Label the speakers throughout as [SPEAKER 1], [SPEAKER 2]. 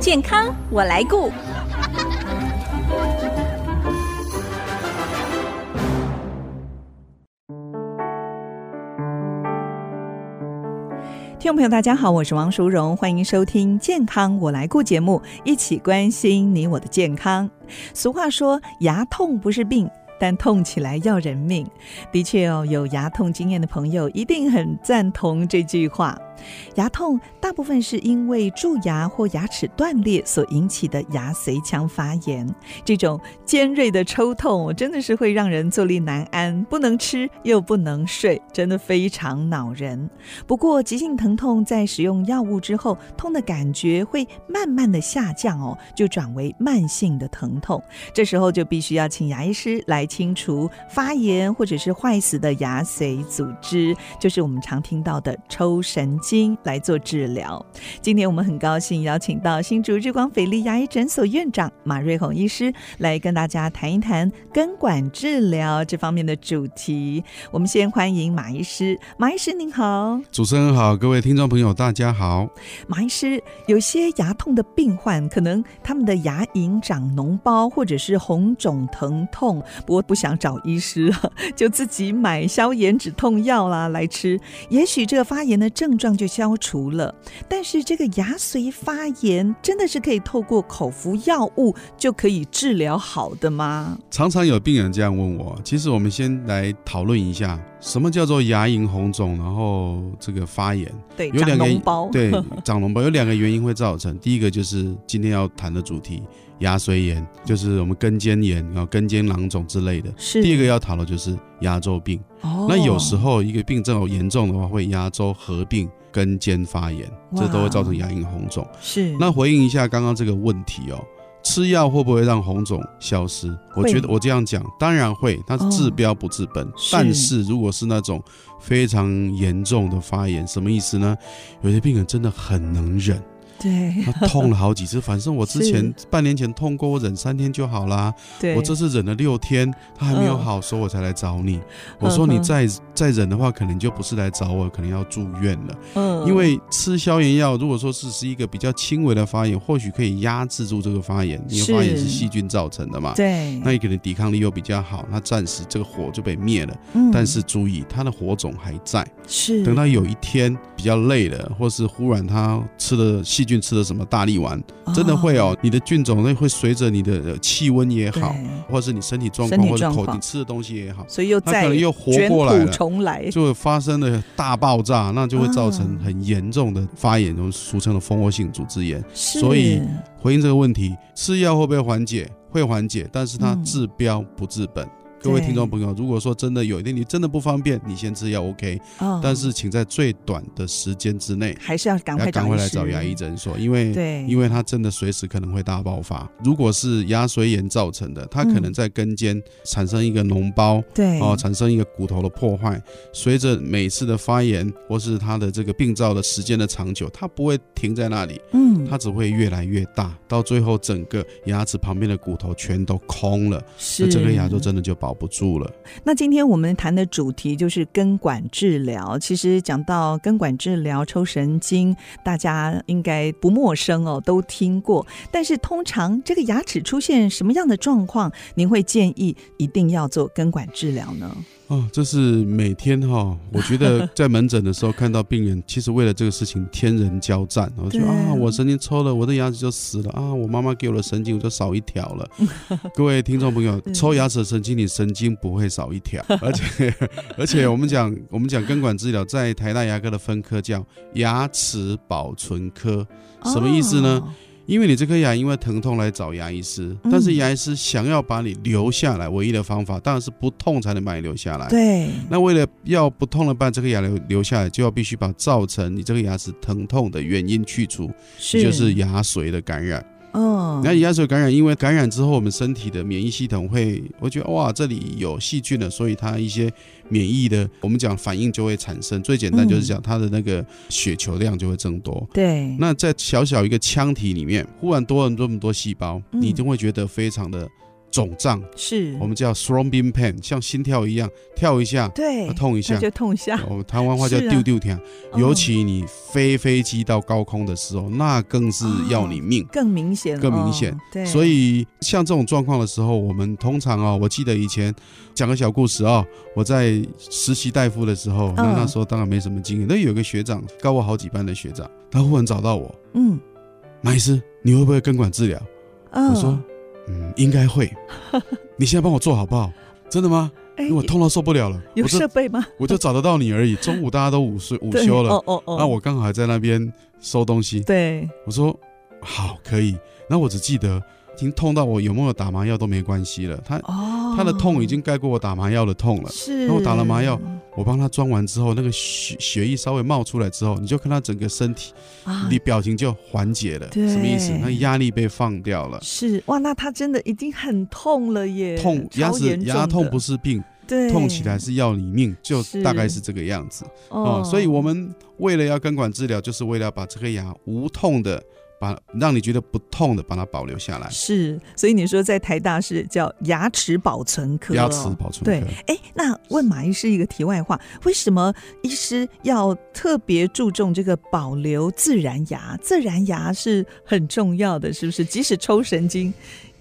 [SPEAKER 1] 健康我来顾。听众朋友，大家好，我是王淑荣，欢迎收听《健康我来顾》节目，一起关心你我的健康。俗话说，牙痛不是病。但痛起来要人命，的确哦，有牙痛经验的朋友一定很赞同这句话。牙痛大部分是因为蛀牙或牙齿断裂所引起的牙髓腔发炎，这种尖锐的抽痛真的是会让人坐立难安，不能吃又不能睡，真的非常恼人。不过急性疼痛在使用药物之后，痛的感觉会慢慢的下降哦，就转为慢性的疼痛，这时候就必须要请牙医师来清除发炎或者是坏死的牙髓组织，就是我们常听到的抽神经来做治疗。今天我们很高兴邀请到新竹日光斐丽牙医诊所院长马瑞红医师来跟大家谈一谈根管治疗这方面的主题。我们先欢迎马医师，马医师您好。
[SPEAKER 2] 主持人好，各位听众朋友，大家好。
[SPEAKER 1] 马医师，有些牙痛的病患，可能他们的牙龈长脓包或者是红肿疼痛，不过不想找医师了，就自己买消炎止痛药啦来吃。也许这个发炎的症状就消除了，但是这个牙髓发炎真的是可以透过口服药物就可以治疗好的吗？
[SPEAKER 2] 常常有病人这样问我，其实我们先来讨论一下，什么叫做牙龈红肿，然后这个发炎，
[SPEAKER 1] 对，
[SPEAKER 2] 有
[SPEAKER 1] 长
[SPEAKER 2] 两个
[SPEAKER 1] 脓包，
[SPEAKER 2] 对，长脓包有两个原因会造成，第一个就是今天要谈的主题，牙髓炎，就是我们根尖炎啊、根尖囊肿之类的。
[SPEAKER 1] 是
[SPEAKER 2] 第二个要讨论就是牙周病，
[SPEAKER 1] 哦
[SPEAKER 2] 那有时候一个病症有严重的话，会牙周合并跟尖发炎，这都会造成牙龈红肿。
[SPEAKER 1] 是
[SPEAKER 2] 那回应一下刚刚这个问题哦，吃药会不会让红肿消失？我
[SPEAKER 1] 会哦
[SPEAKER 2] 觉得我这样讲，当然会，它是治标不治本。
[SPEAKER 1] 是
[SPEAKER 2] 但是如果是那种非常严重的发炎，什么意思呢？有些病人真的很 能忍，
[SPEAKER 1] 对
[SPEAKER 2] 他痛了好几次，反正我之前半年前痛过，我忍三天就好啦。
[SPEAKER 1] 对，
[SPEAKER 2] 我这次忍了六天，他还没有
[SPEAKER 1] 嗯
[SPEAKER 2] 好，所以我才来找你。我说你
[SPEAKER 1] 嗯哼
[SPEAKER 2] 再再忍的话，可能就不是来找我，可能要住院了。
[SPEAKER 1] 嗯
[SPEAKER 2] 因为吃消炎药，如果说是是一个比较轻微的发炎，或许可以压制住这个发炎，因
[SPEAKER 1] 是
[SPEAKER 2] 为发炎是细菌造成的嘛。
[SPEAKER 1] 对，
[SPEAKER 2] 那你可能抵抗力又比较好，那暂时这个火就被灭了。
[SPEAKER 1] 嗯
[SPEAKER 2] 但是注意，它的火种还在。
[SPEAKER 1] 是
[SPEAKER 2] 等到有一天比较累了，或是忽然它吃了细菌吃了什么大力丸，
[SPEAKER 1] 啊
[SPEAKER 2] 真的会哦，你的菌种类会随着你的呃气温也好，
[SPEAKER 1] 对
[SPEAKER 2] 或者是你身体状
[SPEAKER 1] 身
[SPEAKER 2] 况
[SPEAKER 1] 体
[SPEAKER 2] 或者
[SPEAKER 1] 状
[SPEAKER 2] 口
[SPEAKER 1] 况
[SPEAKER 2] 你吃的东西也好，
[SPEAKER 1] 所以又
[SPEAKER 2] 它可
[SPEAKER 1] 再
[SPEAKER 2] 能又活
[SPEAKER 1] 卷
[SPEAKER 2] 过来
[SPEAKER 1] 土
[SPEAKER 2] 了。
[SPEAKER 1] 重 来，
[SPEAKER 2] 就发生了大爆炸，那就会造成
[SPEAKER 1] 啊
[SPEAKER 2] 很严重的发炎，我们俗称的蜂窝性组织炎。
[SPEAKER 1] 是
[SPEAKER 2] 所以回应这个问题，吃药会不会缓解？会缓解，但是它
[SPEAKER 1] 嗯
[SPEAKER 2] 治标不治本。各位
[SPEAKER 1] 对
[SPEAKER 2] 听众朋友，如果说真的有一天你真的不方便，你先吃药 OK，、
[SPEAKER 1] 哦
[SPEAKER 2] 但是请在最短的时间之内，
[SPEAKER 1] 还是要赶
[SPEAKER 2] 要
[SPEAKER 1] 快
[SPEAKER 2] 赶快
[SPEAKER 1] 医
[SPEAKER 2] 来
[SPEAKER 1] 师
[SPEAKER 2] 找牙医。诊所，因为
[SPEAKER 1] 对，
[SPEAKER 2] 因
[SPEAKER 1] 为
[SPEAKER 2] 为它真的随时可能会大爆发。如果是牙髓炎造成的，它可能
[SPEAKER 1] 嗯
[SPEAKER 2] 在根尖产生一个脓包，
[SPEAKER 1] 对
[SPEAKER 2] 哦，产生一个骨头的破坏。随着每次的发炎或是它的这个病灶的时间的长久，它不会停在那里，
[SPEAKER 1] 嗯，
[SPEAKER 2] 它只会越来越大，到最后整个牙齿旁边的骨头全都空了，那
[SPEAKER 1] 是嗯
[SPEAKER 2] 这个牙就真的就保不住了。
[SPEAKER 1] 那今天我们谈的主题就是根管治疗。其实讲到根管治疗、抽神经，大家应该不陌生哦，都听过。但是通常这个牙齿出现什么样的状况，您会建议一定要做根管治疗呢？
[SPEAKER 2] 哦，这是每天哈、 我觉得在门诊的时候看到病人，其实为了这个事情天人交战。我就
[SPEAKER 1] 对
[SPEAKER 2] 啊，我神经抽了，我的牙齿就死了啊，我妈妈给我的神经我就少一条 了。各位听众朋友，抽牙齿的神经，你神经不会少 一条，而且而且我们讲我们讲根管治疗，在台大牙科的分科叫牙齿保存科，什么意思呢
[SPEAKER 1] 哦？
[SPEAKER 2] 因为你这颗牙因为疼痛来找牙医师，
[SPEAKER 1] 嗯
[SPEAKER 2] 但是牙医师想要把你留下来，唯一的方法当然是不痛才能把你留下来。
[SPEAKER 1] 对，
[SPEAKER 2] 那为了要不痛了把这颗牙留留下来，就要必须把造成你这个牙齿疼痛的原因去除，
[SPEAKER 1] 是
[SPEAKER 2] 也就是牙髓的感染。
[SPEAKER 1] 嗯，
[SPEAKER 2] 那牙髓感染，因为感染之后，我们身体的免疫系统会，会觉得哇，这里有细菌了，所以它一些免疫的，我们讲反应就会产生。最简单就是讲它的那个血球量就会增多。
[SPEAKER 1] 对，
[SPEAKER 2] 那在小小一个腔体里面，忽然多了这么多细胞，
[SPEAKER 1] 嗯
[SPEAKER 2] 你一定会觉得非常的肿胀，
[SPEAKER 1] 是
[SPEAKER 2] 我们叫 thrombin pain，像心跳一样跳一下，
[SPEAKER 1] 对
[SPEAKER 2] 啊，痛一下
[SPEAKER 1] 那。就痛一 下，
[SPEAKER 2] 哦，台湾话叫
[SPEAKER 1] 是啊
[SPEAKER 2] 丢丢天，尤
[SPEAKER 1] 嗯
[SPEAKER 2] 其你飞飞机到高空的时候，那更是要你命。
[SPEAKER 1] 更明显，
[SPEAKER 2] 更明显
[SPEAKER 1] 哦，对，
[SPEAKER 2] 所以像这种状况的时候，我们通常哦，我记得以前讲个小故事哦，我在实习大夫的时候，那
[SPEAKER 1] 嗯
[SPEAKER 2] 那时候当然没什么经验，那有个学长高我好几班的学长，他忽然找到我，
[SPEAKER 1] 嗯
[SPEAKER 2] 马医师，你会不会根管治疗？
[SPEAKER 1] 嗯，
[SPEAKER 2] 我说，嗯，应 该会。你现在帮我做好不好？真的吗？
[SPEAKER 1] 哎
[SPEAKER 2] 因为我痛到受不了了，
[SPEAKER 1] 有
[SPEAKER 2] 我就
[SPEAKER 1] 设备吗？
[SPEAKER 2] 我就找得到你而已。中午大家都午睡午
[SPEAKER 1] 对
[SPEAKER 2] 休了，
[SPEAKER 1] 哦哦哦，
[SPEAKER 2] 那我刚好还在那边收东西，
[SPEAKER 1] 对，
[SPEAKER 2] 我说好可以，然后我只记得已经痛到我有没有打麻药都没关系了，他
[SPEAKER 1] 哦，
[SPEAKER 2] 他的痛已经盖过我打麻药的痛了。
[SPEAKER 1] 是，
[SPEAKER 2] 那我打了麻药我帮他装完之后，那个血血液稍微冒出来之后，你就看他整个身体
[SPEAKER 1] 啊，
[SPEAKER 2] 你表情就缓解了，
[SPEAKER 1] 对
[SPEAKER 2] 什么意思？那压力被放掉了。
[SPEAKER 1] 是哇，那他真的已经很痛了耶，
[SPEAKER 2] 痛牙齿牙痛不
[SPEAKER 1] 是
[SPEAKER 2] 是病，
[SPEAKER 1] 对
[SPEAKER 2] 痛起来是要你命，就是大概是这个样子哦。所以我们为了要根管治疗，就是为了要把这颗牙无痛的，把让你觉得不痛的，把它保留下来。
[SPEAKER 1] 是，所以你说在台大是叫牙齿保存科、哦，
[SPEAKER 2] 牙齿保存
[SPEAKER 1] 对
[SPEAKER 2] 科，
[SPEAKER 1] 哎，那问马医师一个题外话，为什么医师要特别注重这个保留自然牙？自然牙是很重要的，是不是？即使抽神经，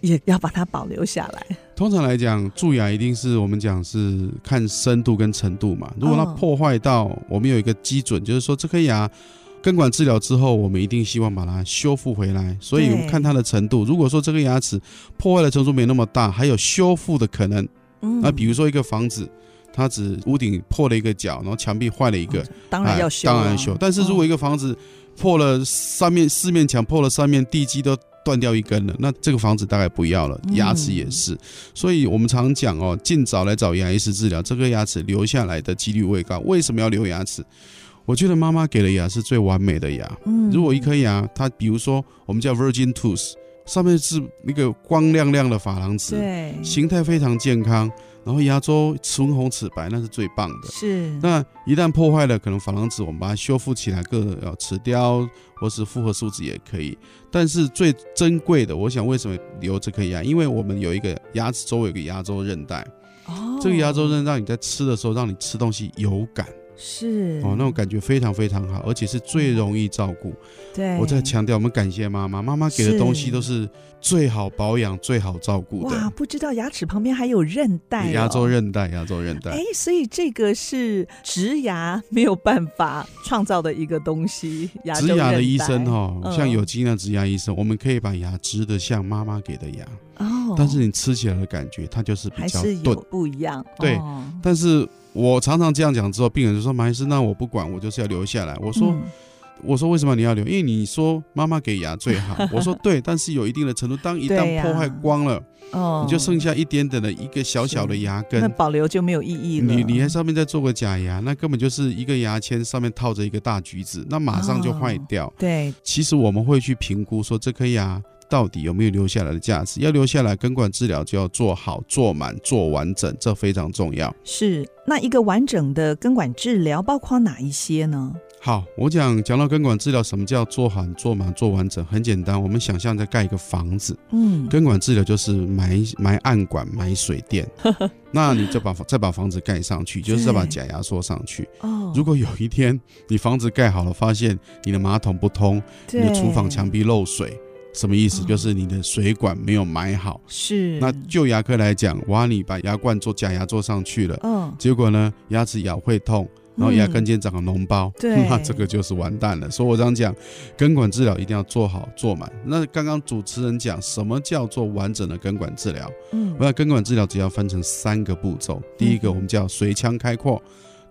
[SPEAKER 1] 也要把它保留下来。
[SPEAKER 2] 通常来讲，蛀牙一定是我们讲是看深度跟程度嘛。如果它
[SPEAKER 1] 嗯
[SPEAKER 2] 破坏到，我们有一个基准，就是说这颗牙根管治疗之后，我们一定希望把它修复回来。所以
[SPEAKER 1] 对
[SPEAKER 2] 我们看它的程度，如果说这个牙齿破坏的程度没那么大，还有修复的可能。
[SPEAKER 1] 嗯
[SPEAKER 2] 那比如说一个房子，它只屋顶破了一个角，然后墙壁坏了一个，
[SPEAKER 1] 当然
[SPEAKER 2] 哎
[SPEAKER 1] 要修、啊嗯
[SPEAKER 2] 当然修。但是如果一个房子破了三面四面墙，破了三面地基都断掉一根了，那这个房子大概不要了。
[SPEAKER 1] 嗯
[SPEAKER 2] 牙齿也是，所以我们常讲哦，尽早来找牙医师治疗，这颗牙齿留下来的几率会高。为什么要留牙齿？我觉得妈妈给的牙是最完美的牙。
[SPEAKER 1] 嗯
[SPEAKER 2] 如果一颗牙，它比如说我们叫 virgin tooth，上面是那个光亮亮的珐琅质，
[SPEAKER 1] 对
[SPEAKER 2] 形态非常健康，然后牙周唇红齿白，那是最棒的。
[SPEAKER 1] 是
[SPEAKER 2] 那一旦破坏了，可能珐琅质我们把它修复起来，各要瓷雕或是复合树脂也可以。但是最珍贵的，我想为什么留这颗牙？因为我们有一个牙齿周围有个牙周韧带，
[SPEAKER 1] 哦
[SPEAKER 2] 这个牙周韧带你在吃的时候，让你吃东西有感
[SPEAKER 1] 是
[SPEAKER 2] 哦，那种感觉非常非常好，而且是最容易照顾。
[SPEAKER 1] 对，
[SPEAKER 2] 我再强调，我们感谢妈妈，妈妈给的东西
[SPEAKER 1] 是
[SPEAKER 2] 都是最好保养、最好照顾
[SPEAKER 1] 哇，
[SPEAKER 2] 的。
[SPEAKER 1] 不知道牙齿旁边还有韧带、哦，
[SPEAKER 2] 牙周。韧带，牙周韧带。
[SPEAKER 1] 哎，所以这个是植牙没有办法创造的一个东西。牙周
[SPEAKER 2] 植牙的
[SPEAKER 1] 韧
[SPEAKER 2] 医生
[SPEAKER 1] 带
[SPEAKER 2] 哦，
[SPEAKER 1] 嗯
[SPEAKER 2] 像有经验的植牙医生，我们可以把牙植的像妈妈给的牙，
[SPEAKER 1] 哦，
[SPEAKER 2] 但是你吃起来的感觉它就是比
[SPEAKER 1] 还
[SPEAKER 2] 较
[SPEAKER 1] 是有
[SPEAKER 2] 钝。
[SPEAKER 1] 不一样。
[SPEAKER 2] 对
[SPEAKER 1] 哦、
[SPEAKER 2] 但是我常常这样讲之后，病人就说：“马医师，那我不管，我就是要留下来。”我
[SPEAKER 1] 我
[SPEAKER 2] 说：“我说为什么你要留？因为你说妈妈给牙最好。” 我说：“对，但是有一定的程度，当一
[SPEAKER 1] 对
[SPEAKER 2] 旦
[SPEAKER 1] 呀
[SPEAKER 2] 破坏光了，
[SPEAKER 1] 哦，
[SPEAKER 2] 你就剩下一点点的一个小小的
[SPEAKER 1] 是
[SPEAKER 2] 牙
[SPEAKER 1] 那
[SPEAKER 2] 根。”
[SPEAKER 1] 保留就没有意义了。
[SPEAKER 2] 你你还上面再做个假牙，那根本就是一个牙签上面套着一个大橘子，那马上就坏
[SPEAKER 1] 哦
[SPEAKER 2] 掉。
[SPEAKER 1] 对
[SPEAKER 2] 其实我们会去评估说这颗牙到底有没有留下来的价值。要留下来，根管治疗就要做好、做满、做完整，这非常重要。
[SPEAKER 1] 是那一个完整的根管治疗包括哪一些呢？
[SPEAKER 2] 好，我讲讲到根管治疗，什么叫做好、做满、做完整？很简单，我们想象在盖一个房子，
[SPEAKER 1] 嗯，
[SPEAKER 2] 根管治疗就是埋埋暗管、埋水电，那你就把再把房子盖上去，就是再把
[SPEAKER 1] 对
[SPEAKER 2] 假牙缩上去。
[SPEAKER 1] 哦，
[SPEAKER 2] 如果有一天你房子盖好了，发现你的马桶不通，你的厨房
[SPEAKER 1] 对
[SPEAKER 2] 墙壁漏水，什么意思？
[SPEAKER 1] 嗯
[SPEAKER 2] 就是你的水管没有埋好。
[SPEAKER 1] 是
[SPEAKER 2] 那就牙科来讲，哇，你把牙冠做假牙做上去了，
[SPEAKER 1] 嗯，
[SPEAKER 2] 结果呢，牙齿咬会痛，然后牙根
[SPEAKER 1] 嗯
[SPEAKER 2] 尖长了脓包，
[SPEAKER 1] 对
[SPEAKER 2] 那这个就是完蛋了。所以我常讲，根管治疗一定要做好做满。那刚刚主持人讲，什么叫做完整的根管治疗？
[SPEAKER 1] 嗯
[SPEAKER 2] 那根管治疗只要分成三个步骤，第一个
[SPEAKER 1] 嗯
[SPEAKER 2] 我们叫髓腔开阔。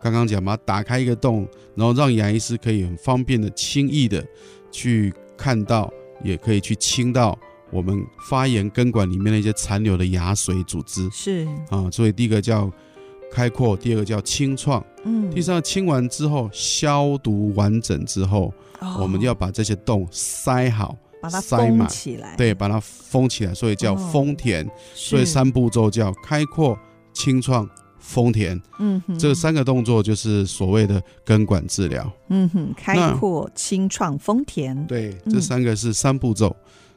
[SPEAKER 2] 刚刚讲嘛，打开一个洞，然后让牙医师可以很方便的、轻易的去看到，也可以去清到我们发炎根管里面的一些残留的牙髓组织
[SPEAKER 1] 是
[SPEAKER 2] 啊。所以第一个叫开阔，第二个叫清创，
[SPEAKER 1] 嗯，
[SPEAKER 2] 第三个清完之后消毒完整之后，
[SPEAKER 1] 哦
[SPEAKER 2] 我们要把这些洞塞好，
[SPEAKER 1] 把它
[SPEAKER 2] 塞
[SPEAKER 1] 封
[SPEAKER 2] 满
[SPEAKER 1] 起来，
[SPEAKER 2] 对，把它封起来，所以叫
[SPEAKER 1] 哎哦
[SPEAKER 2] 封填。
[SPEAKER 1] 是，
[SPEAKER 2] 所以三步骤叫开阔、清创、丰田，
[SPEAKER 1] 嗯哼
[SPEAKER 2] 这三个动作就是所谓的根管治疗。
[SPEAKER 1] 嗯哼开
[SPEAKER 2] 那
[SPEAKER 1] 阔、清创、丰田，
[SPEAKER 2] 对，
[SPEAKER 1] 嗯
[SPEAKER 2] 这三个是三步骤。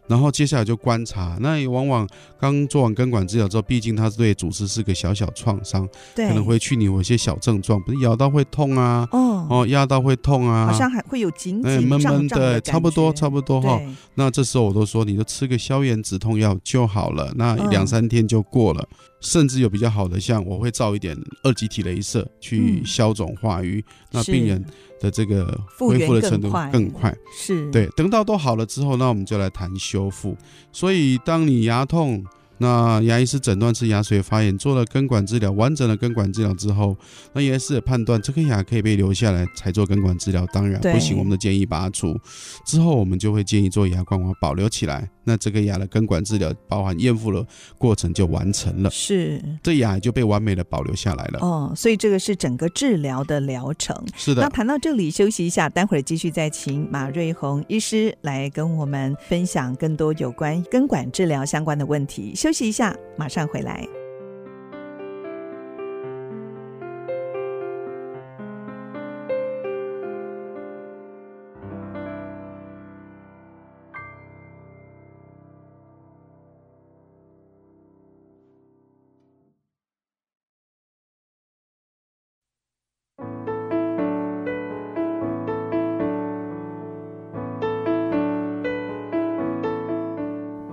[SPEAKER 2] 然后接下来就观察。那也往往刚做完根管治疗之后，毕竟它对组织是个小小创伤，
[SPEAKER 1] 对，
[SPEAKER 2] 可能会去你有一些小症状，不是咬到会痛啊，
[SPEAKER 1] 哦，
[SPEAKER 2] 哦，压到会痛啊，
[SPEAKER 1] 好像还会有紧
[SPEAKER 2] 哎
[SPEAKER 1] 紧
[SPEAKER 2] 闷
[SPEAKER 1] 胀
[SPEAKER 2] 闷
[SPEAKER 1] 胀的
[SPEAKER 2] 的，
[SPEAKER 1] 感觉，
[SPEAKER 2] 差不多差不多哈。
[SPEAKER 1] 对
[SPEAKER 2] 那这时候我都说，你就吃个消炎止痛药就好了，那
[SPEAKER 1] 嗯
[SPEAKER 2] 两三天就过了。甚至有比较好的，像我会照一点呃二级体镭射去
[SPEAKER 1] 嗯
[SPEAKER 2] 消肿化瘀，那
[SPEAKER 1] 是
[SPEAKER 2] 病人的这个
[SPEAKER 1] 复
[SPEAKER 2] 恢
[SPEAKER 1] 原
[SPEAKER 2] 复的
[SPEAKER 1] 更
[SPEAKER 2] 程度
[SPEAKER 1] 快
[SPEAKER 2] 更快。
[SPEAKER 1] 是，
[SPEAKER 2] 对，等到都好了之后，那我们就来谈修复。所以，当你牙痛，那牙医师诊断是牙髓发炎，做了根管治疗，完整的根管治疗之后，那牙医师也判断这颗牙可以被留下来才做根管治疗。当然
[SPEAKER 1] 对
[SPEAKER 2] 不行，我们的建议拔除。之后，我们就会建议做牙冠王保留起来。那这个牙的根管治疗包含验复的过程就完成了，
[SPEAKER 1] 是。
[SPEAKER 2] 这牙也就被完美的保留下来了。
[SPEAKER 1] 哦，所以这个是整个治疗的疗程。
[SPEAKER 2] 是的
[SPEAKER 1] 那，谈到这里，休息一下，待会儿继续再请马瑞红医师来跟我们分享更多有关根管治疗相关的问题。休息一下，马上回来。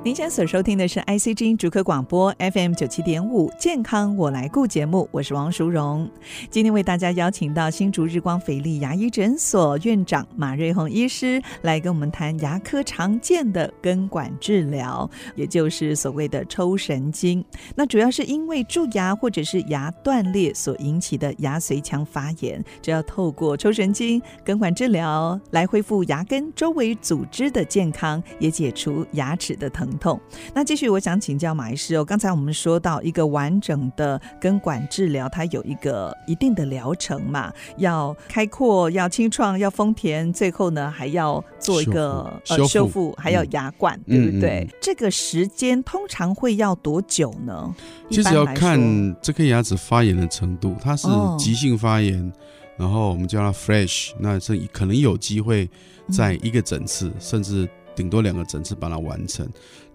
[SPEAKER 1] 您现在所收听的是 IC 之音逐客广播 FM 九七点五健康我来顾节目，我是王淑荣。今天为大家邀请到新竹日光斐丽牙医诊所院长马瑞红医师来跟我们谈牙科常见的根管治疗，也就是所谓的抽神经。那主要是因为蛀牙或者是牙断裂所引起的牙髓腔发炎，只要透过抽神经根管治疗来恢复牙根周围组织的健康，也解除牙齿的疼痛。那继续，我想请教马医师哦，刚才我们说到一个完整的根管治疗，它有一个一定的疗程嘛，要开阔，要清创，要丰田，最后呢还要做一个
[SPEAKER 2] 修复
[SPEAKER 1] 呃
[SPEAKER 2] 修
[SPEAKER 1] 修
[SPEAKER 2] 复
[SPEAKER 1] 复，还要
[SPEAKER 2] 嗯
[SPEAKER 1] 牙冠，
[SPEAKER 2] 嗯
[SPEAKER 1] 对不对？
[SPEAKER 2] 嗯嗯
[SPEAKER 1] 这个时间通常会要多久呢？
[SPEAKER 2] 其实
[SPEAKER 1] 一
[SPEAKER 2] 要
[SPEAKER 1] 般来说
[SPEAKER 2] 看这颗牙齿发炎的程度，它是
[SPEAKER 1] 哦
[SPEAKER 2] 急性发炎，然后我们叫它 fresh，那是可能有机会在
[SPEAKER 1] 嗯
[SPEAKER 2] 一个诊次，甚至顶多两个诊次把它完成。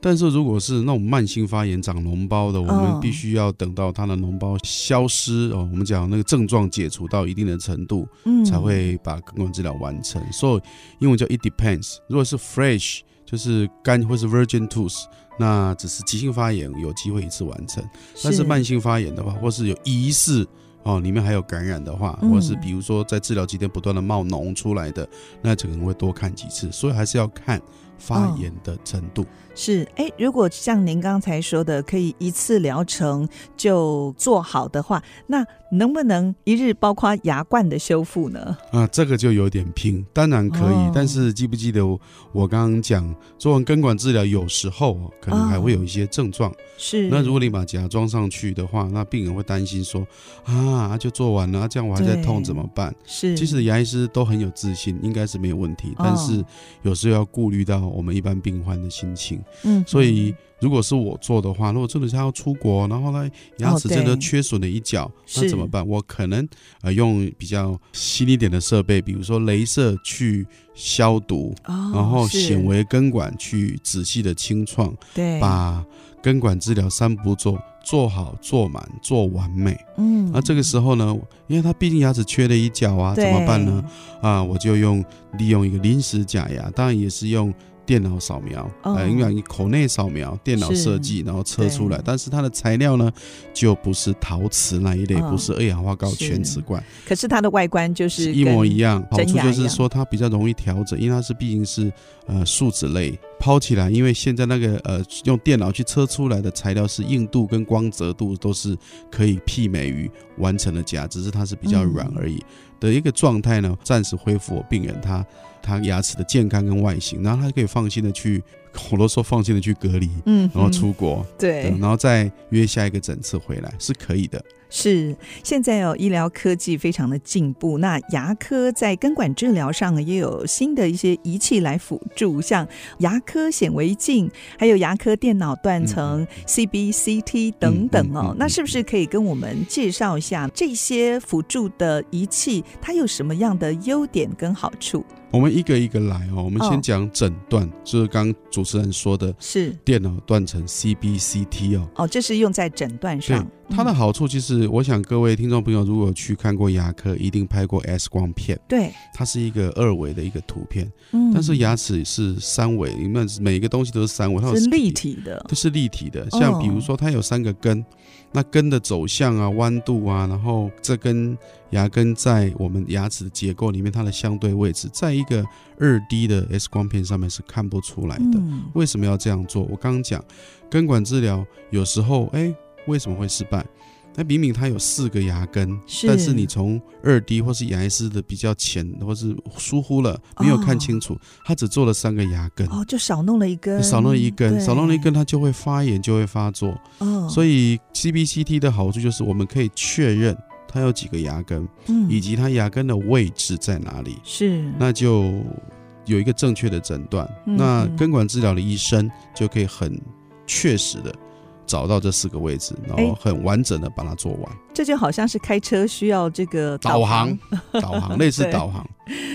[SPEAKER 2] 但是如果是那种慢性发炎长脓包的，我
[SPEAKER 1] 哦
[SPEAKER 2] 们必须要等到它的脓包消失哦，我们讲那个症状解除到一定的程度，
[SPEAKER 1] 嗯
[SPEAKER 2] 才会把根管治疗完成。所以英文叫 it depends。如果是 fresh，就是干或是 virgin tooth，那只是急性发炎，有机会一次完成。但是慢性发炎的话，或是有疑似哦，里面还有感染的话，
[SPEAKER 1] 嗯
[SPEAKER 2] 或是比如说在治疗期间不断的冒脓出来的，那可能会多看几次。所以还是要看发炎
[SPEAKER 1] 哦
[SPEAKER 2] 的程度。
[SPEAKER 1] 是哎，诶如果像您刚才说的，可以一次疗程就做好的话，那能不能一日包括牙冠的修复呢？
[SPEAKER 2] 啊，这个就有点拼，当然可以，
[SPEAKER 1] 哦
[SPEAKER 2] 但是记不记得我我刚刚讲做完根管治疗，有时候哦可能还会有一些症状。
[SPEAKER 1] 是
[SPEAKER 2] 那如果你把假装上去的话，那病人会担心说啊，就做完了，这样我还在痛
[SPEAKER 1] 对
[SPEAKER 2] 怎么办？
[SPEAKER 1] 是
[SPEAKER 2] 其实牙医师都很有自信，应该是没有问题，但
[SPEAKER 1] 哦
[SPEAKER 2] 是有时候要顾虑到我们一般病患的心情。
[SPEAKER 1] 嗯，
[SPEAKER 2] 所以如果是我做的话，如果真的是要出国，然后呢牙齿
[SPEAKER 1] 哦对
[SPEAKER 2] 真的缺损了一角，
[SPEAKER 1] 是
[SPEAKER 2] 那怎么办？我可能呃用比较新一点的设备，比如说镭射去消毒，
[SPEAKER 1] 哦，
[SPEAKER 2] 然后
[SPEAKER 1] 是
[SPEAKER 2] 显微根管去仔细的清创。
[SPEAKER 1] 对
[SPEAKER 2] 把根管治疗三步骤做好、做满、做完美。
[SPEAKER 1] 嗯
[SPEAKER 2] 那、这个时候呢，因为他毕竟牙齿缺了一角啊，怎
[SPEAKER 1] 对
[SPEAKER 2] 么办呢？？啊，我就用利用一个临时假牙，当然也是用电脑扫描，
[SPEAKER 1] 哦
[SPEAKER 2] 呃，应该你口内扫描、电脑设计，然后测出来
[SPEAKER 1] 对。
[SPEAKER 2] 但是它的材料呢，就不是陶瓷那一类，
[SPEAKER 1] 嗯
[SPEAKER 2] 不是二氧化锆
[SPEAKER 1] 是
[SPEAKER 2] 全瓷冠，
[SPEAKER 1] 可是它的外观就是
[SPEAKER 2] 一模
[SPEAKER 1] 跟
[SPEAKER 2] 一样。好
[SPEAKER 1] 真
[SPEAKER 2] 处
[SPEAKER 1] 牙
[SPEAKER 2] 就
[SPEAKER 1] 一
[SPEAKER 2] 是
[SPEAKER 1] 样
[SPEAKER 2] 说它比较容易调整，因为它是毕竟是呃树脂类。抛起来，因为现在那个呃，用电脑去测出来的材料是硬度跟光泽度都是可以媲美于完成的假，只是它是比较软
[SPEAKER 1] 嗯
[SPEAKER 2] 而已的一个状态呢，暂时恢复我病人他他牙齿的健康跟外形，然后他可以放心的去，我都说放心的去隔离，
[SPEAKER 1] 嗯哼，
[SPEAKER 2] 然后出国，
[SPEAKER 1] 对
[SPEAKER 2] 嗯，然后再约下一个诊次回来是可以的。
[SPEAKER 1] 是，现在哦，医疗科技非常的进步，那牙科在根管治疗上也有新的一些仪器来辅助，像牙科显微镜，还有牙科电脑断层、CBCT 等等哦。
[SPEAKER 2] 嗯嗯嗯
[SPEAKER 1] 那是不是可以跟我们介绍一下这些辅助的仪器，它有什么样的优点跟好处？
[SPEAKER 2] 我们一个一个来哦，我们
[SPEAKER 1] 哦
[SPEAKER 2] 先讲诊断，就是刚刚主持人说的
[SPEAKER 1] 是
[SPEAKER 2] 电脑断层 CBCT 哦。
[SPEAKER 1] 哦，这是用在诊断
[SPEAKER 2] 对
[SPEAKER 1] 上，
[SPEAKER 2] 它的
[SPEAKER 1] 嗯
[SPEAKER 2] 好处其实，我想各位听众朋友如果去看过牙科，一定拍过 X 光片，
[SPEAKER 1] 对，
[SPEAKER 2] 它是一个二维的一个图片，
[SPEAKER 1] 嗯
[SPEAKER 2] 但是牙齿是三维，你们每个东西都是三维，它有
[SPEAKER 1] 是立
[SPEAKER 2] 体
[SPEAKER 1] 体的，
[SPEAKER 2] 都是立体的，像比如说它有三个根，那根的走向啊、弯度啊，然后这根牙根在我们牙齿的结构里面它的相对位置，在一个二 D 的 X 光片上面是看不出来的。
[SPEAKER 1] 嗯
[SPEAKER 2] 为什么要这样做？我刚刚讲，根管治疗有时候，哎，为什么会失败？那明明它有四个牙根，
[SPEAKER 1] 是
[SPEAKER 2] 但是你从二 D 或是牙医师的比较浅，或是疏忽了，没有看清
[SPEAKER 1] 哦
[SPEAKER 2] 楚，它只做了三个牙根。
[SPEAKER 1] 哦，就少弄了一根，
[SPEAKER 2] 少弄一根，
[SPEAKER 1] 嗯对
[SPEAKER 2] 少弄一根，，它就会发炎，就会发作。
[SPEAKER 1] 哦，
[SPEAKER 2] 所以 CBCT 的好处就是我们可以确认它有几个牙根，
[SPEAKER 1] 嗯
[SPEAKER 2] 以及它牙根的位置在哪里，
[SPEAKER 1] 是
[SPEAKER 2] 那就有一个正确的诊断。
[SPEAKER 1] 嗯
[SPEAKER 2] 那
[SPEAKER 1] 嗯
[SPEAKER 2] 根管治疗的医生就可以很确实的找到这四个位置，然后很完整的把它做完。
[SPEAKER 1] 这就好像是开车需要这个
[SPEAKER 2] 导
[SPEAKER 1] 航
[SPEAKER 2] 航，导航类似
[SPEAKER 1] 对
[SPEAKER 2] 导航，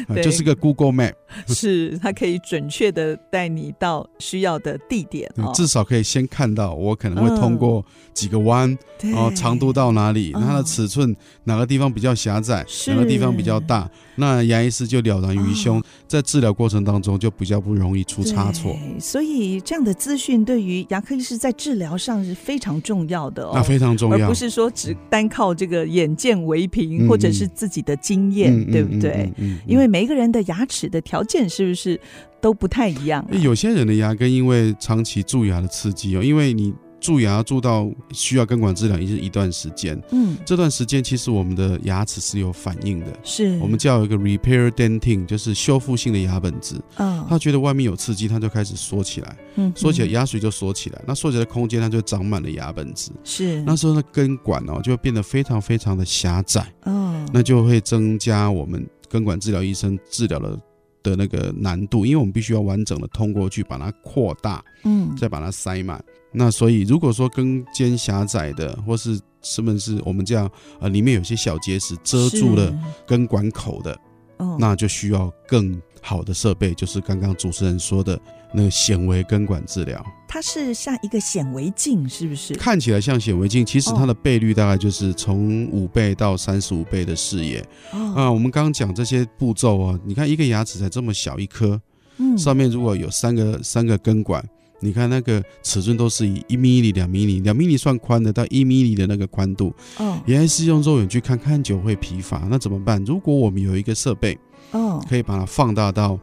[SPEAKER 2] 呃
[SPEAKER 1] 对
[SPEAKER 2] 就是个 Google Map，
[SPEAKER 1] 是它可以准确的带你到需要的地点哦，
[SPEAKER 2] 嗯至少可以先看到我可能会
[SPEAKER 1] 嗯
[SPEAKER 2] 通过几个弯。
[SPEAKER 1] 对
[SPEAKER 2] 哦，长度到哪里？
[SPEAKER 1] 嗯
[SPEAKER 2] 它的尺寸哪个地方比较狭窄，
[SPEAKER 1] 是
[SPEAKER 2] 哪个地方比较大？那牙医师就了然于胸
[SPEAKER 1] 哦，
[SPEAKER 2] 在治疗过程当中就比较不容易出差错，
[SPEAKER 1] 对所以这样的资讯对于牙科医师在治疗上是非常重要的哦，
[SPEAKER 2] 那非常重
[SPEAKER 1] 而
[SPEAKER 2] 要
[SPEAKER 1] 不。是说只单靠这个眼见为凭，
[SPEAKER 2] 嗯
[SPEAKER 1] 或者是自己的经验，对不对？？
[SPEAKER 2] 嗯嗯嗯
[SPEAKER 1] 因为每一个人的牙齿的条件是不是都不太一样啊、
[SPEAKER 2] 有些人的牙根因为长期蛀牙的刺激哦，因为你蛀牙蛀到需要根管治疗一一段时间，
[SPEAKER 1] 嗯，
[SPEAKER 2] 这段时间其实我们的牙齿是有反应的。
[SPEAKER 1] 是
[SPEAKER 2] 我们叫一个 repair denting，就是修复性的牙本质。
[SPEAKER 1] 嗯，
[SPEAKER 2] 他觉得外面有刺激，他就开始缩起来。
[SPEAKER 1] 嗯
[SPEAKER 2] 缩起来，
[SPEAKER 1] 嗯
[SPEAKER 2] 牙髓就缩起来，那缩起来的空间它就长满了牙本质。
[SPEAKER 1] 是
[SPEAKER 2] 那时候的根管哦，就会变得非常非常的狭窄，
[SPEAKER 1] 嗯，
[SPEAKER 2] 那就会增加我们根管治疗医生治疗的的那个难度，因为我们必须要完整的通过去把它扩大，
[SPEAKER 1] 嗯
[SPEAKER 2] 再把它塞满。那所以如果说根尖狭窄的，或是甚至是我们叫呃里面有些小结石遮住了，根管口的，
[SPEAKER 1] 是哦
[SPEAKER 2] 那就需要更好的设备，就是刚刚主持人说的那个显微根管治疗。
[SPEAKER 1] 它是像一个显微镜，是不是？
[SPEAKER 2] 看起来像显微镜，其实
[SPEAKER 1] 哦
[SPEAKER 2] 它的倍率大概就是从五倍到三十五倍的视野啊、
[SPEAKER 1] 哦，
[SPEAKER 2] 我们刚刚讲这些步骤啊，你看一个牙齿才这么小一颗，
[SPEAKER 1] 嗯
[SPEAKER 2] 上面如果有三个三个根管，你看那个尺寸都是以一米米、两米米、两米米算宽的，到一米米的那个宽度，
[SPEAKER 1] 哦
[SPEAKER 2] 原来是用肉眼去看，看久会疲乏，那怎么办？如果我们有一个设备
[SPEAKER 1] 哦，
[SPEAKER 2] 可以把它放大到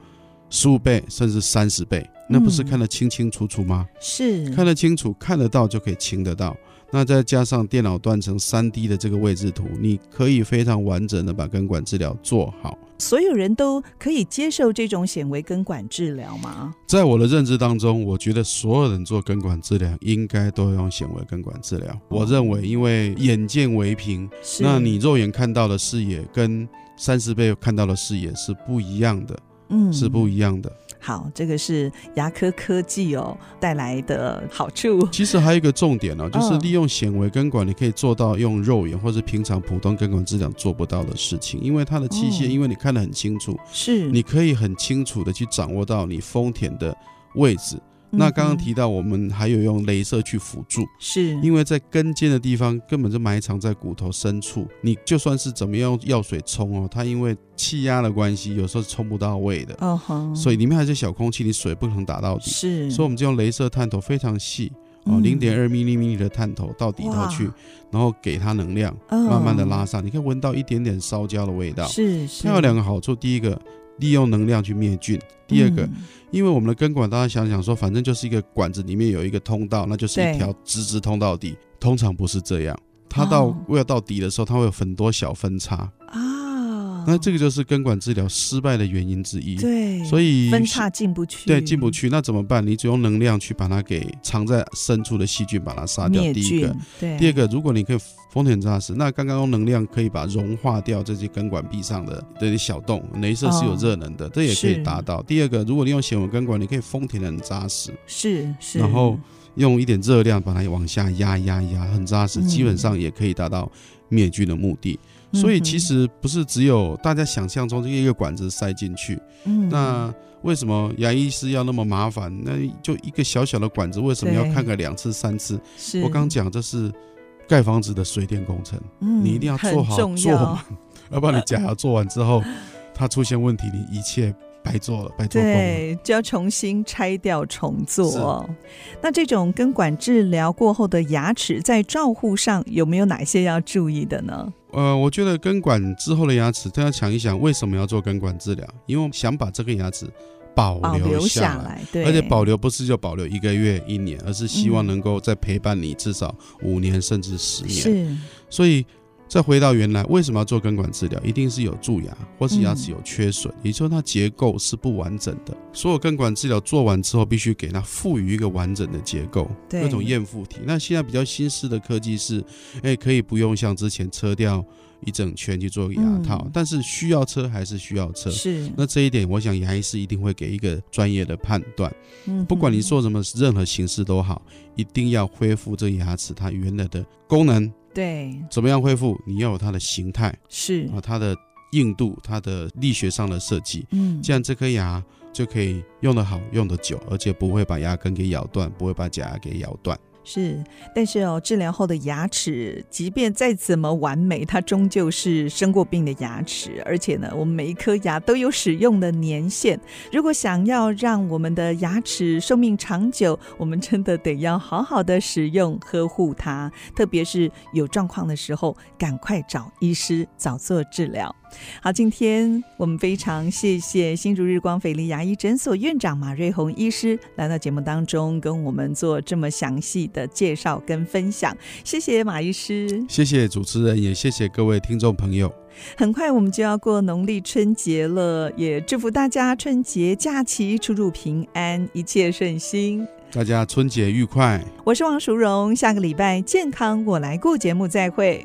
[SPEAKER 2] 十五倍甚至三十倍，那不是
[SPEAKER 1] 嗯
[SPEAKER 2] 看得清清楚楚吗？
[SPEAKER 1] 是
[SPEAKER 2] 看得清楚、看得到就可以清得到。那再加上电脑断层三 D 的这个位置图，你可以非常完整的把根管治疗做好。
[SPEAKER 1] 所有人都可以接受这种显微根管治疗吗？
[SPEAKER 2] 在我的认知当中，我觉得所有人做根管治疗应该都要用显微根管治疗。我认为，因为眼见为凭，
[SPEAKER 1] 哦是，
[SPEAKER 2] 那你肉眼看到的视野跟三十倍看到的视野是不一样的，
[SPEAKER 1] 嗯
[SPEAKER 2] 是不一样的。
[SPEAKER 1] 好，这个是牙科科技哦带来的好处。
[SPEAKER 2] 其实还有一个重点哦，就是
[SPEAKER 1] 嗯
[SPEAKER 2] 利用显微根管，你可以做到用肉眼或是平常普通根管治疗做不到的事情，因为它的器
[SPEAKER 1] 哦
[SPEAKER 2] 械，因为你看得很清楚，
[SPEAKER 1] 是
[SPEAKER 2] 你可以很清楚的去掌握到你丰田的位置。
[SPEAKER 1] 嗯
[SPEAKER 2] 那刚刚
[SPEAKER 1] 嗯
[SPEAKER 2] 提到，我们还有用镭射去辅助，
[SPEAKER 1] 是
[SPEAKER 2] 因为在根尖的地方根本就埋藏在骨头深处，你就算是怎么样用药水冲哦，它因为气压的关系，有时候是冲不到位的，
[SPEAKER 1] 哦哼，
[SPEAKER 2] 所
[SPEAKER 1] 以
[SPEAKER 2] 以里面还是小空气，你水不可能打到底。
[SPEAKER 1] 是
[SPEAKER 2] 所以我们就用镭射探头非常细哦，
[SPEAKER 1] 嗯
[SPEAKER 2] 零点二米米的探头到底套去
[SPEAKER 1] 哇，
[SPEAKER 2] 然后给它能量，
[SPEAKER 1] 嗯
[SPEAKER 2] 慢慢的拉上，你可以闻到一点点烧焦的味道。
[SPEAKER 1] 是是
[SPEAKER 2] 它有两个好处，第一个。利用能量去灭菌。第二个，
[SPEAKER 1] 嗯
[SPEAKER 2] 因为我们的根管，大家想想说，反正就是一个管子里面有一个通道，那就是
[SPEAKER 1] 对
[SPEAKER 2] 一条直直通到底。通常不是这样，它到
[SPEAKER 1] 哦
[SPEAKER 2] 为了到底的时候，它会有很多小分叉。
[SPEAKER 1] 嗯啊，
[SPEAKER 2] 那这个就是根管治疗失败的原因之一。
[SPEAKER 1] 对，
[SPEAKER 2] 所
[SPEAKER 1] 以
[SPEAKER 2] 以
[SPEAKER 1] 分叉进不去，
[SPEAKER 2] 对，进不去，那怎么办？你只用能量去把它给藏在深处的细菌把它杀掉。
[SPEAKER 1] 灭
[SPEAKER 2] 第一
[SPEAKER 1] 菌
[SPEAKER 2] 个，，
[SPEAKER 1] 对，
[SPEAKER 2] 第二个，如果你可以丰田扎实，那刚刚用能量可以把融化掉这些根管壁上的这些小洞，镭射是有
[SPEAKER 1] 哦
[SPEAKER 2] 热能的，这也可以
[SPEAKER 1] 是
[SPEAKER 2] 达到。第二个，如果你用显微根管，你可以丰田的很扎实，
[SPEAKER 1] 是是，
[SPEAKER 2] 然后用一点热量把它往下压压压，很扎实，基
[SPEAKER 1] 嗯
[SPEAKER 2] 本上也可以达到灭菌的目的。所以其
[SPEAKER 1] 嗯哼
[SPEAKER 2] 实不是只有大家想象中这一个管子塞进去，
[SPEAKER 1] 嗯
[SPEAKER 2] 那为什么牙医师要那么麻烦？那就一个小小的管子，为什么要
[SPEAKER 1] 对
[SPEAKER 2] 看个两次、三次？
[SPEAKER 1] 是
[SPEAKER 2] 我刚讲这是盖房子的水电工程，
[SPEAKER 1] 嗯
[SPEAKER 2] 你一定要做好
[SPEAKER 1] 很重
[SPEAKER 2] 做
[SPEAKER 1] 要
[SPEAKER 2] 完，要不然你假牙做完之后， 它出现问题，你一切白做了，白做工了。
[SPEAKER 1] 对，就要重新拆掉重做。那这种根管治疗过后的牙齿在照护上有没有哪些要注意的呢？
[SPEAKER 2] 呃，我觉得根管之后的牙齿，大家想一想，为什么要做根管治疗？因为我们想把这个牙齿保
[SPEAKER 1] 保留
[SPEAKER 2] 留
[SPEAKER 1] 下
[SPEAKER 2] 下来。，
[SPEAKER 1] 对，
[SPEAKER 2] 而且保留不是就保留一个月、一年，而是希望
[SPEAKER 1] 嗯
[SPEAKER 2] 能够再陪伴你至少五年甚至十年。
[SPEAKER 1] 是
[SPEAKER 2] 所以再回到原来，为什么要做根管治疗？一定是有蛀牙或是牙齿有缺损，也就是它结构是不完整的。所有根管治疗做完之后，必须给它赋予一个完整的结构，
[SPEAKER 1] 对
[SPEAKER 2] 那种验附体。那现在比较新式的科技是，哎，可以不用像之前车掉一整圈去做牙套，
[SPEAKER 1] 嗯
[SPEAKER 2] 但是需要车还是需要车。
[SPEAKER 1] 是，
[SPEAKER 2] 那这一点，我想牙医师一定会给一个专业的判断。
[SPEAKER 1] 嗯
[SPEAKER 2] 不管你
[SPEAKER 1] 哼
[SPEAKER 2] 做什么任何形式都好，一定要恢复这牙齿它原来的功能，
[SPEAKER 1] 对
[SPEAKER 2] 怎么样恢复？你要有它的形态
[SPEAKER 1] 是
[SPEAKER 2] 啊，它的硬度，它的力学上的设计，
[SPEAKER 1] 嗯
[SPEAKER 2] 这样这颗牙就可以用得好、用得久，而且不会把牙根给咬断，不会把假牙给咬断。
[SPEAKER 1] 是，但是哦，治疗后的牙齿，即便再怎么完美，它终究是生过病的牙齿，而且呢，我们每一颗牙都有使用的年限。如果想要让我们的牙齿寿命长久，我们真的得要好好的使用、呵护它，特别是有状况的时候，赶快找医师，早做治疗。好，今天我们非常谢谢新竹日光斐丽牙医诊所院长马瑞红医师来到节目当中，跟我们做这么详细的介绍跟分享。谢谢马医师。
[SPEAKER 2] 谢谢主持人，也谢谢各位听众朋友。
[SPEAKER 1] 很快我们就要过农历春节了，也祝福大家春节假期出入平安，一切顺心。
[SPEAKER 2] 大家春节愉快！
[SPEAKER 1] 我是王淑荣，下个礼拜健康我来顾节目再会。